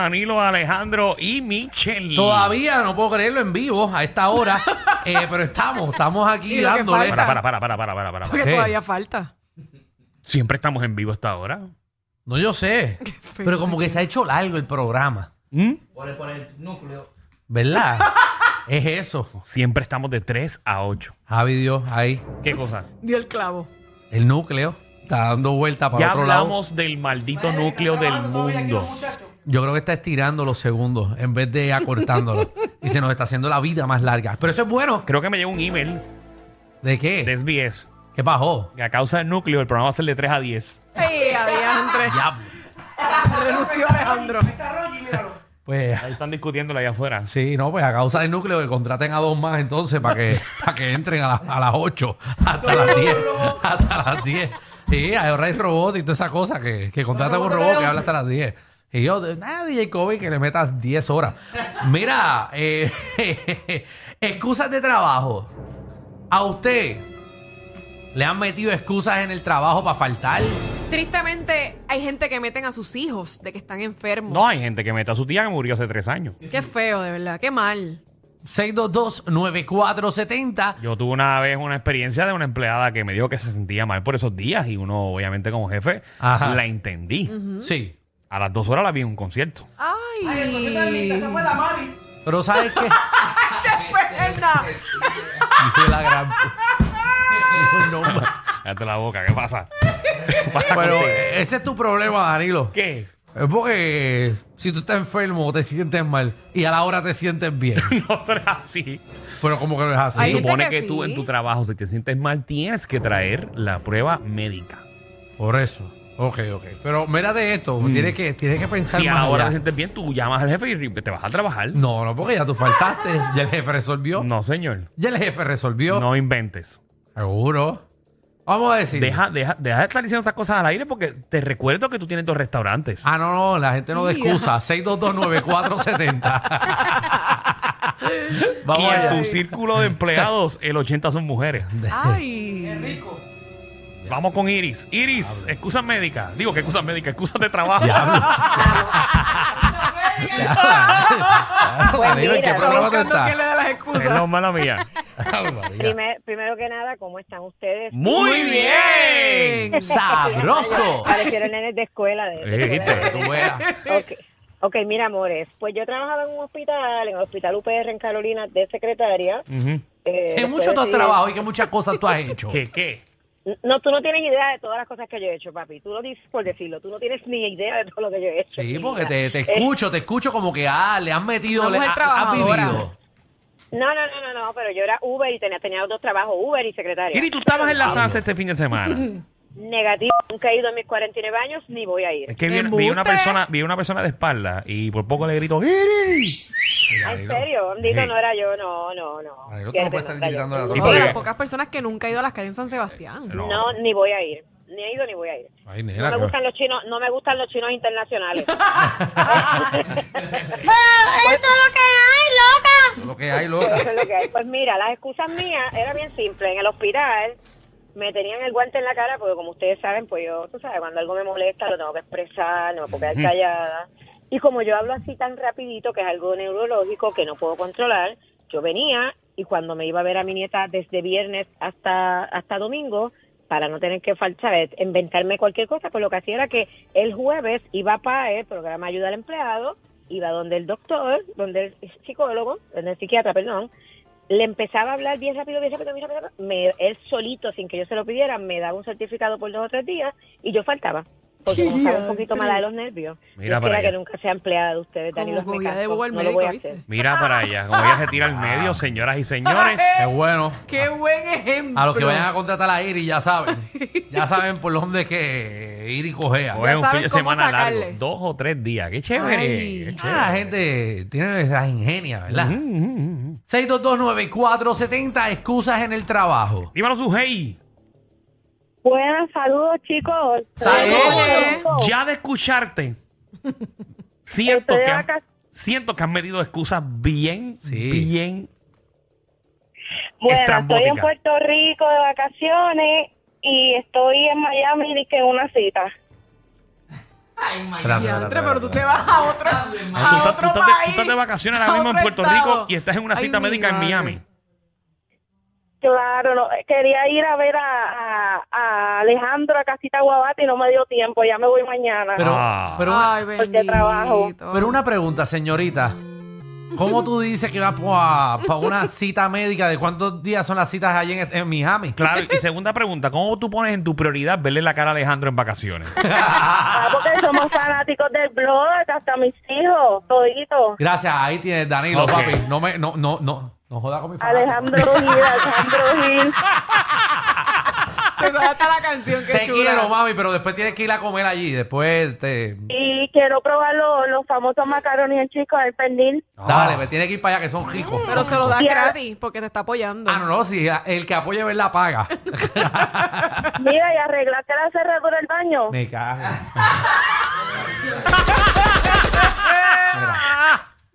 Danilo, Alejandro y Michelle. Todavía no puedo creerlo en vivo a esta hora, eh, pero estamos, estamos Y aquí lo que dándole. falta. Para, para, para, para, para, para, para, para. Porque ¿Qué? todavía falta. Siempre estamos en vivo hasta ahora. No, yo sé. feo Pero como que se ha hecho largo el programa, ¿Mm? ¿verdad? es eso. Siempre estamos de 3 a 8. Javi Dios, ahí. ¿Qué cosa? Dio el clavo. El núcleo está dando vuelta para Ya otro lado. hablamos del maldito núcleo del mundo. Yo creo que está estirando los segundos en vez de acortándolo. y se nos está haciendo la vida más larga. Pero eso es bueno. Creo que me llegó un email ¿De qué? de SBS ¿Qué pasó? que a causa del núcleo el programa va a ser de 3 a 10. ¡Ey, Alejandro! Diablo. Renunció Alejandro. Pues Ahí están discutiéndolo allá afuera. Sí, no, pues a causa del núcleo que contraten a dos más entonces para que, para que entren a, la- a las 8, hasta las 10, hasta las 10. Sí, ahora hay robots y toda esa cosa que, que contratan un robot que habla hasta las 10. Y yo, de- nada, DJ Kobe, que le metas 10 horas. Mira, eh, excusas de trabajo. A usted le han metido excusas en el trabajo para faltar. Tristemente, hay gente que meten a sus hijos de que están enfermos. No hay gente que meta a su tía que murió hace 3 años. Qué feo, de verdad. Qué mal. 622-9470. Yo tuve una vez una experiencia de una empleada que me dijo que se sentía mal por esos días y uno, obviamente, como jefe, Ajá. la entendí. Sí. A las dos horas la vi en un concierto. ¡Ay! Pero ¿sabes qué? Ferna. Hijo de la gran pu- Hijo de nombre. Cállate la boca, ¿qué pasa? ¿Qué pasa Pero contigo? eh, ese es tu problema, Danilo. ¿Qué? Es porque eh, si tú estás enfermo, te sientes mal y a la hora te sientes bien. No será así. Pero como que no es así. Se Hay gente supone que, que tú sí. en tu trabajo, si te sientes mal, tienes que traer la prueba médica. Por eso. Ok, ok. Pero mírate esto. Tienes, que, tienes que pensar Si Mm. a más la hora allá. te sientes bien, tú llamas al jefe y te vas a trabajar. No, no, porque ya tú faltaste. Ya el jefe resolvió. No, señor. Ya el jefe resolvió. No inventes. Seguro. Vamos a decir. Deja, deja, deja de estar diciendo estas cosas al aire porque te recuerdo que tú tienes dos restaurantes. Ah, no, no, la gente no de Ya. excusa. 6229470. y Vamos en allá. tu círculo de empleados, el 80 son mujeres. ¡Ay! Vamos con Iris. Iris, excusas médicas. Digo que excusas médicas, excusas de trabajo. Ah, Danilo, ¿en qué mira, Está programa tú buscando estás? que le da las Es excusas. lo mala mía. Ave María. Primer- primero que nada, ¿cómo están ustedes? Muy bien. ¡Sabroso! Parecieron nenes de escuela. De, de Eh, escuela. ¿viste? Tú veas. Ok. Ok, mira, amores, pues yo trabajaba en un hospital, en el Hospital UPR en Carolina, de secretaria. Ujú. Eh, Que después mucho tú has decidí- trabajado y que muchas cosas tú has hecho. ¿Qué, qué? No, tú no tienes idea de todas las cosas que yo he hecho, papi. Tú lo dices por decirlo, tú no tienes ni idea de todo lo que yo he hecho. Sí, Mira. porque te, te Eh, escucho, te escucho como que ah, le han metido, Una le mujer ha- has trabajadora. vivido. no, no, no, no, no, pero yo era Uber y tenía, tenía dos trabajos, Uber y secretaria. Iris, tú estabas en la SANSE este fin de semana. Negativo, nunca he ido a mis 49 años ni voy a ir. Es que vi, vi Embuste. una persona, vi una persona de espalda y por poco le grito, ¡Iris! Ah, ¿En serio? Digo, Sí. no era yo, no, no, no. Ay, no te Fíjate, puedes estar no, era yo. gritando a las Sí, Una de porque- las pocas personas que nunca ha ido a las calles en San Sebastián. No. No, ni voy a ir. Ni he ido ni voy a ir. Ay, No nena, me que- gustan los chinos, no me gustan los chinos internacionales. Pero eso es lo que hay, loca. lo que hay, Eso loca. es lo que hay. Pues mira, las excusas mías era bien simple. En el hospital me tenían el guante en la cara porque como ustedes saben, pues yo, tú sabes, cuando algo me molesta lo tengo que expresar, no me puedo quedar callada. Y como yo hablo así tan rapidito, que es algo neurológico que no puedo controlar, yo venía y cuando me iba a ver a mi nieta desde viernes hasta hasta domingo, para no tener que faltar, ¿sabes? inventarme cualquier cosa, pues lo que hacía era que el jueves iba para el programa Ayuda al Empleado, iba donde el doctor, donde el psicólogo, donde el psiquiatra, perdón, le empezaba a hablar bien rápido, bien rápido, bien rápido. Me, él solito, sin que yo se lo pidiera, me daba un certificado por dos o tres días y yo faltaba. Porque como estaba un poquito mala de los nervios. Mira para yo quisiera allá. que nunca sea empleada de ustedes, Como Danilo. me cogida de cansó, boba el no lo médico, voy a ¿viste? hacer. Mira para allá, como ella se tira al medio, señoras y señores. Qué bueno. ¡Qué buen ejemplo! A los que vayan a contratar a Iri ya saben. Ya saben por dónde es que Iri cojea. Hoy es un fin saben de cómo semana largo, sacarle. dos o tres días. ¡Qué chévere! Ay. qué chévere. Mm, Ah, la gente tiene las ingenias, ¿verdad? Ujú, ujú, ujú. 6229470, excusas en el trabajo. Dímelo, su hey. Buenas, saludos, chicos. Saludos. Ya de escucharte, siento, Estoy de que han, vaca- siento que han medido excusas bien, Sí. bien. Bueno, estoy en Estrambótica. Puerto Rico de vacaciones y estoy en Miami dizque en una cita. Ay, my Espérate, God. espérate, Diantre, pero tú espérate. te vas a otro, No, tú, a estás, tú otro estás de- tú país. estás de vacaciones a ahora mismo en otro Puerto estado. Rico y estás en una Ay, cita mi médica en madre. Miami. Claro, no, quería ir a ver a, a- a Alejandro a Casita Guabate y no me dio tiempo, ya me voy mañana. Pero, Ah. pero, una, Ay, Porque bendito. trabajo. pero una pregunta, señorita. ¿Cómo tú dices que vas para una cita médica? ¿De cuántos días son las citas allí en, en Miami? Claro, y segunda pregunta, ¿cómo tú pones en tu prioridad verle la cara a Alejandro en vacaciones? Ah, porque somos fanáticos del blog, hasta mis hijos, toditos. Gracias, ahí tienes, Danilo, Ok. papi. No me, no, no, no, no jodas con mi fanático. Alejandro Gil, Alejandro Gil. Se sabe hasta la canción, qué Te chula. quiero, mami, pero después tienes que ir a comer allí. Después te. Y quiero probar los, los famosos macaroni en chico del pernil. Dale, pues tienes que ir para allá, que son ricos. Pero se lo das Y ahora- gratis porque te está apoyando. Ah, no, no, si el que apoya ver la paga. Mira, y arreglaste la cerradura del baño. Me cago.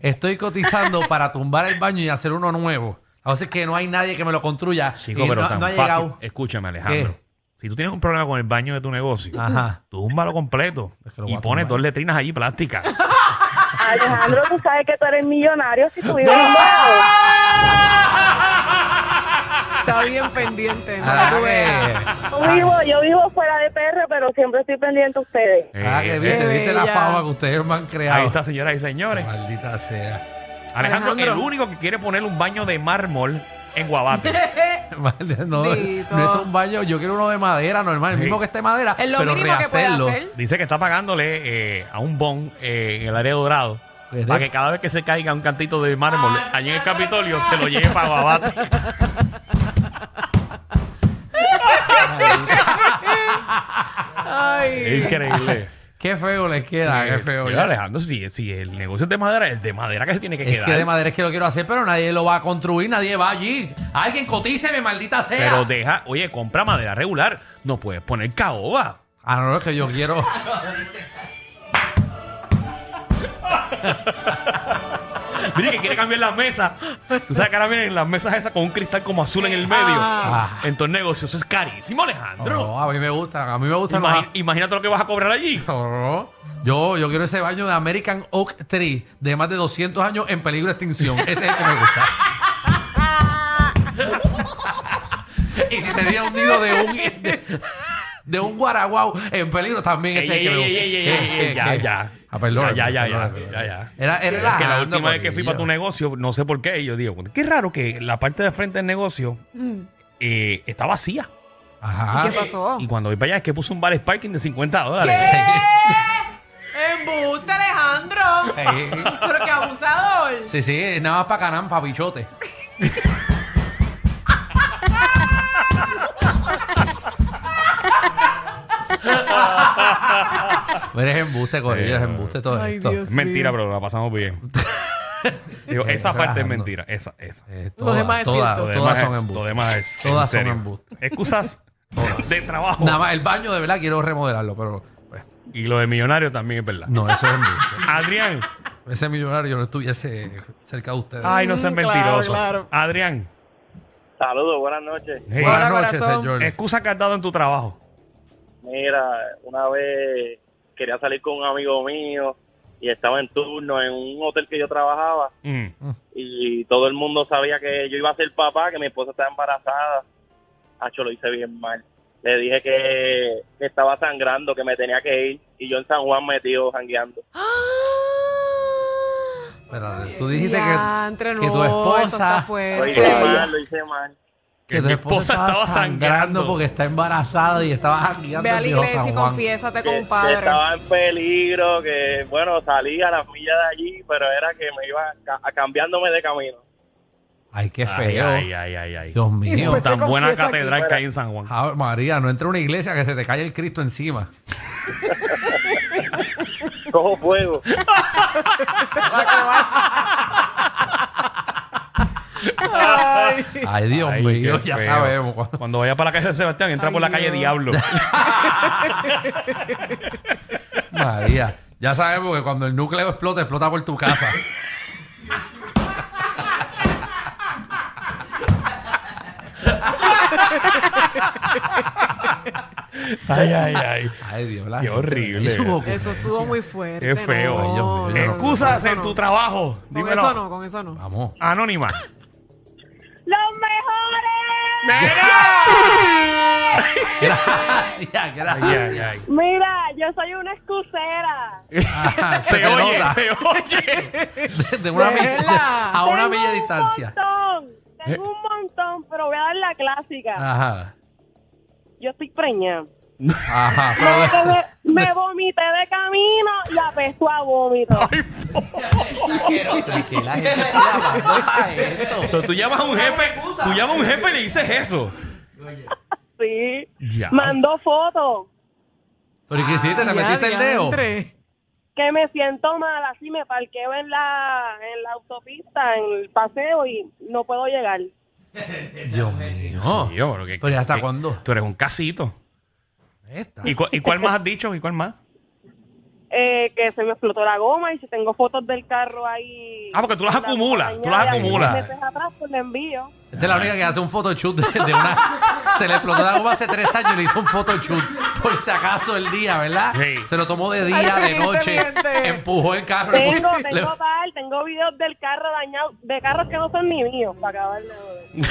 Estoy cotizando para tumbar el baño y hacer uno nuevo. A veces que no hay nadie que me lo construya. Chico, y pero no, tan no ha fácil. llegado. Escúchame, Alejandro. Si tú tienes un problema con el baño de tu negocio, Ajá. túmbalo completo Es que lo voy y a pones tumbar. dos letrinas allí plásticas. Alejandro, tú sabes que tú eres millonario si tú vives en Bravo. Ah, Está bien pendiente. para Ah, que tú que- veas. Yo vivo, yo vivo fuera de PR, pero siempre estoy pendiente a ustedes. Eh, ah, que viste, Qué viste la bella. fama que ustedes me han creado. ahí está, señoras y señores. Maldita sea. Alejandro, Alejandro. el único que quiere poner un baño de mármol en Guabate. Maldita- No, Bendito. no es un baño, yo quiero uno de madera normal, el Sí. mismo que esté de madera, Es lo pero mínimo que puede rehacerlo. hacer. Dice que está pagándole eh, a un bon eh, en el área de dorado ¿Qué para de- que cada vez que se caiga un cantito de mármol allí en el Capitolio se lo lleve para Guabate. Ay. Increíble. Qué feo les queda, Ah, qué feo. Mira, ya. Alejandro, si, si el negocio es de madera, es de madera que se tiene que Es quedar. que de madera es que lo quiero hacer, pero nadie lo va a construir, nadie va allí. Alguien cotíceme, maldita sea. Pero deja, oye, compra madera regular. No puedes poner caoba. Ah, no, no, es que yo quiero. Mire que quiere cambiar las mesas. Tú sabes que ahora vienen las mesas esas con un cristal como azul en el medio. Ah. Oh. En tu negocio, eso es carísimo, Alejandro. No, a mí me gusta, a mí me gusta. Imagi- imagínate lo que vas a cobrar allí. Yo, yo quiero ese baño de American Oak Tree de más de 200 años en peligro de extinción. Ese es el que me gusta. y si tenía un nido de un de, de un guaraguau en peligro también ese es el Ey, que me ey, gusta. ey, ey, ey, ey, Eh, ya, eh, ya. Ah, perdón. Ya, ya, ya, perdón, ya, perdón. ya, ya. Era, Es era que la relajando, última vez que fui para tu corillo. negocio, no sé por qué, yo digo, qué raro que la parte de frente del negocio eh, está vacía. Ajá. ¿Qué pasó? Y cuando voy para allá es que puse un bar parking de 50 dólares. ¿Qué? Embuste, Alejandro. Ey, ey. Pero qué abusador. Sí, sí, es nada más para canán, para bichote. Eres embuste, Corillo, eres embuste todo Ay, esto. Dios. Es mentira, pero la pasamos bien. Digo, Eh, esa parte es relajando. mentira. Esa, esa. Eh, Lo todas- demás es todas- cierto. Lo demás todas son es- embustes. Lo demás es. en Todas son serio. embustes. Excusas de trabajo. Nada más, el baño de verdad quiero remodelarlo, pero pues, Y lo de millonario también es verdad. no, eso es embuste. Adrián. Ese millonario no estuviese cerca de ustedes. Ay, no seas Mm, claro, mentiroso. claro. Adrián. Saludos, buenas noches. hey, Hola, Buenas noches, corazón. señor. Excusa que has dado en tu trabajo. Mira, una vez quería salir con un amigo mío y estaba en turno en un hotel que yo trabajaba Mm. y todo el mundo sabía que yo iba a ser papá, que mi esposa estaba embarazada. Hacho, lo hice bien mal. Le dije que, que estaba sangrando, que me tenía que ir y yo en San Juan metido jangueando. Espérate, tú dijiste Diantre, que, que tu no, eso está esposa Lo fuerte. hice mal, lo hice mal. Que mi esposa estaba sangrando. porque está embarazada y estaba jangueando. Ve a en la Viejo iglesia y San Juan. confiésate con Que, un que padre. estaba en peligro, que bueno, salí a las millas de allí, pero era que me iba ca- cambiándome de camino. Ay, qué Ay, feo. ay, ay, ay, ay. Dios Y pues- mío. después- Tan se buena confiesa catedral aquí. que hay en San Juan. Ave María, no entra a una iglesia que se te cae el Cristo encima. Cojo fuego. Ay. Ay, Dios Ay, mío, qué ya feo. sabemos. cuándo- Cuando vaya para la calle de Sebastián, entra Ay, por la calle Dios. Diablo. María, ya sabemos que cuando el núcleo explota, explota por tu casa. Ay, ay, ay. Ay, Dios, la Qué gente, horrible. eso hubo Eso estuvo ocurrencia. muy fuerte. Qué feo. no, Ay, Dios mío. no, no, Excusas no, en no. tu trabajo. Con Dímelo. eso no, con eso no. Vamos. Anónima. ¡Los mejores! Gracias, Ay, ay, gracias. ay. Mira, yo soy una excusera. Ah, Se te oye, nota. se oye. De- de una milla- Déjela. a una Tengo milla un distancia. Eh. montón, tengo un montón, pero voy a dar la clásica. Ajá. Yo estoy preñada. Ajá. Porque Pero, me, me vomité de camino y apesto a vómito. tranquila, gente, ¿qué llamando a esto? Pero tú llamas a un jefe, tú llamas a un jefe y le dices eso. Sí. Ya. Mandó fotos. ¿Pero ¿y qué hiciste? ¿Te Ya, metiste el dedo? diantre. Que me siento mal, así me parqueo en la, en la autopista, en el paseo y no puedo llegar. Dios mío. Sí, yo, pero que- Pero ¿y hasta que- cuándo? Tú eres un casito. Esta. ¿Y, cu- y cuál más has dicho? ¿Y cuál más? Eh, que se me explotó la goma y si tengo fotos del carro ahí. Ah, porque tú las en la acumulas, montaña tú las de ahí, acumulas. meses atrás, pues, le envío. Esta es la única que hace un photoshoot de, de una. Se le explotó la goma hace tres años y le hizo un photoshoot. Por si acaso el día, ¿verdad? Sí. Se lo tomó de día, Ay, de noche. inteligente. Empujó el carro. le Tengo, puso- le- tengo tal, tengo videos del carro dañado, de carros que no son ni míos, para acabar de joder.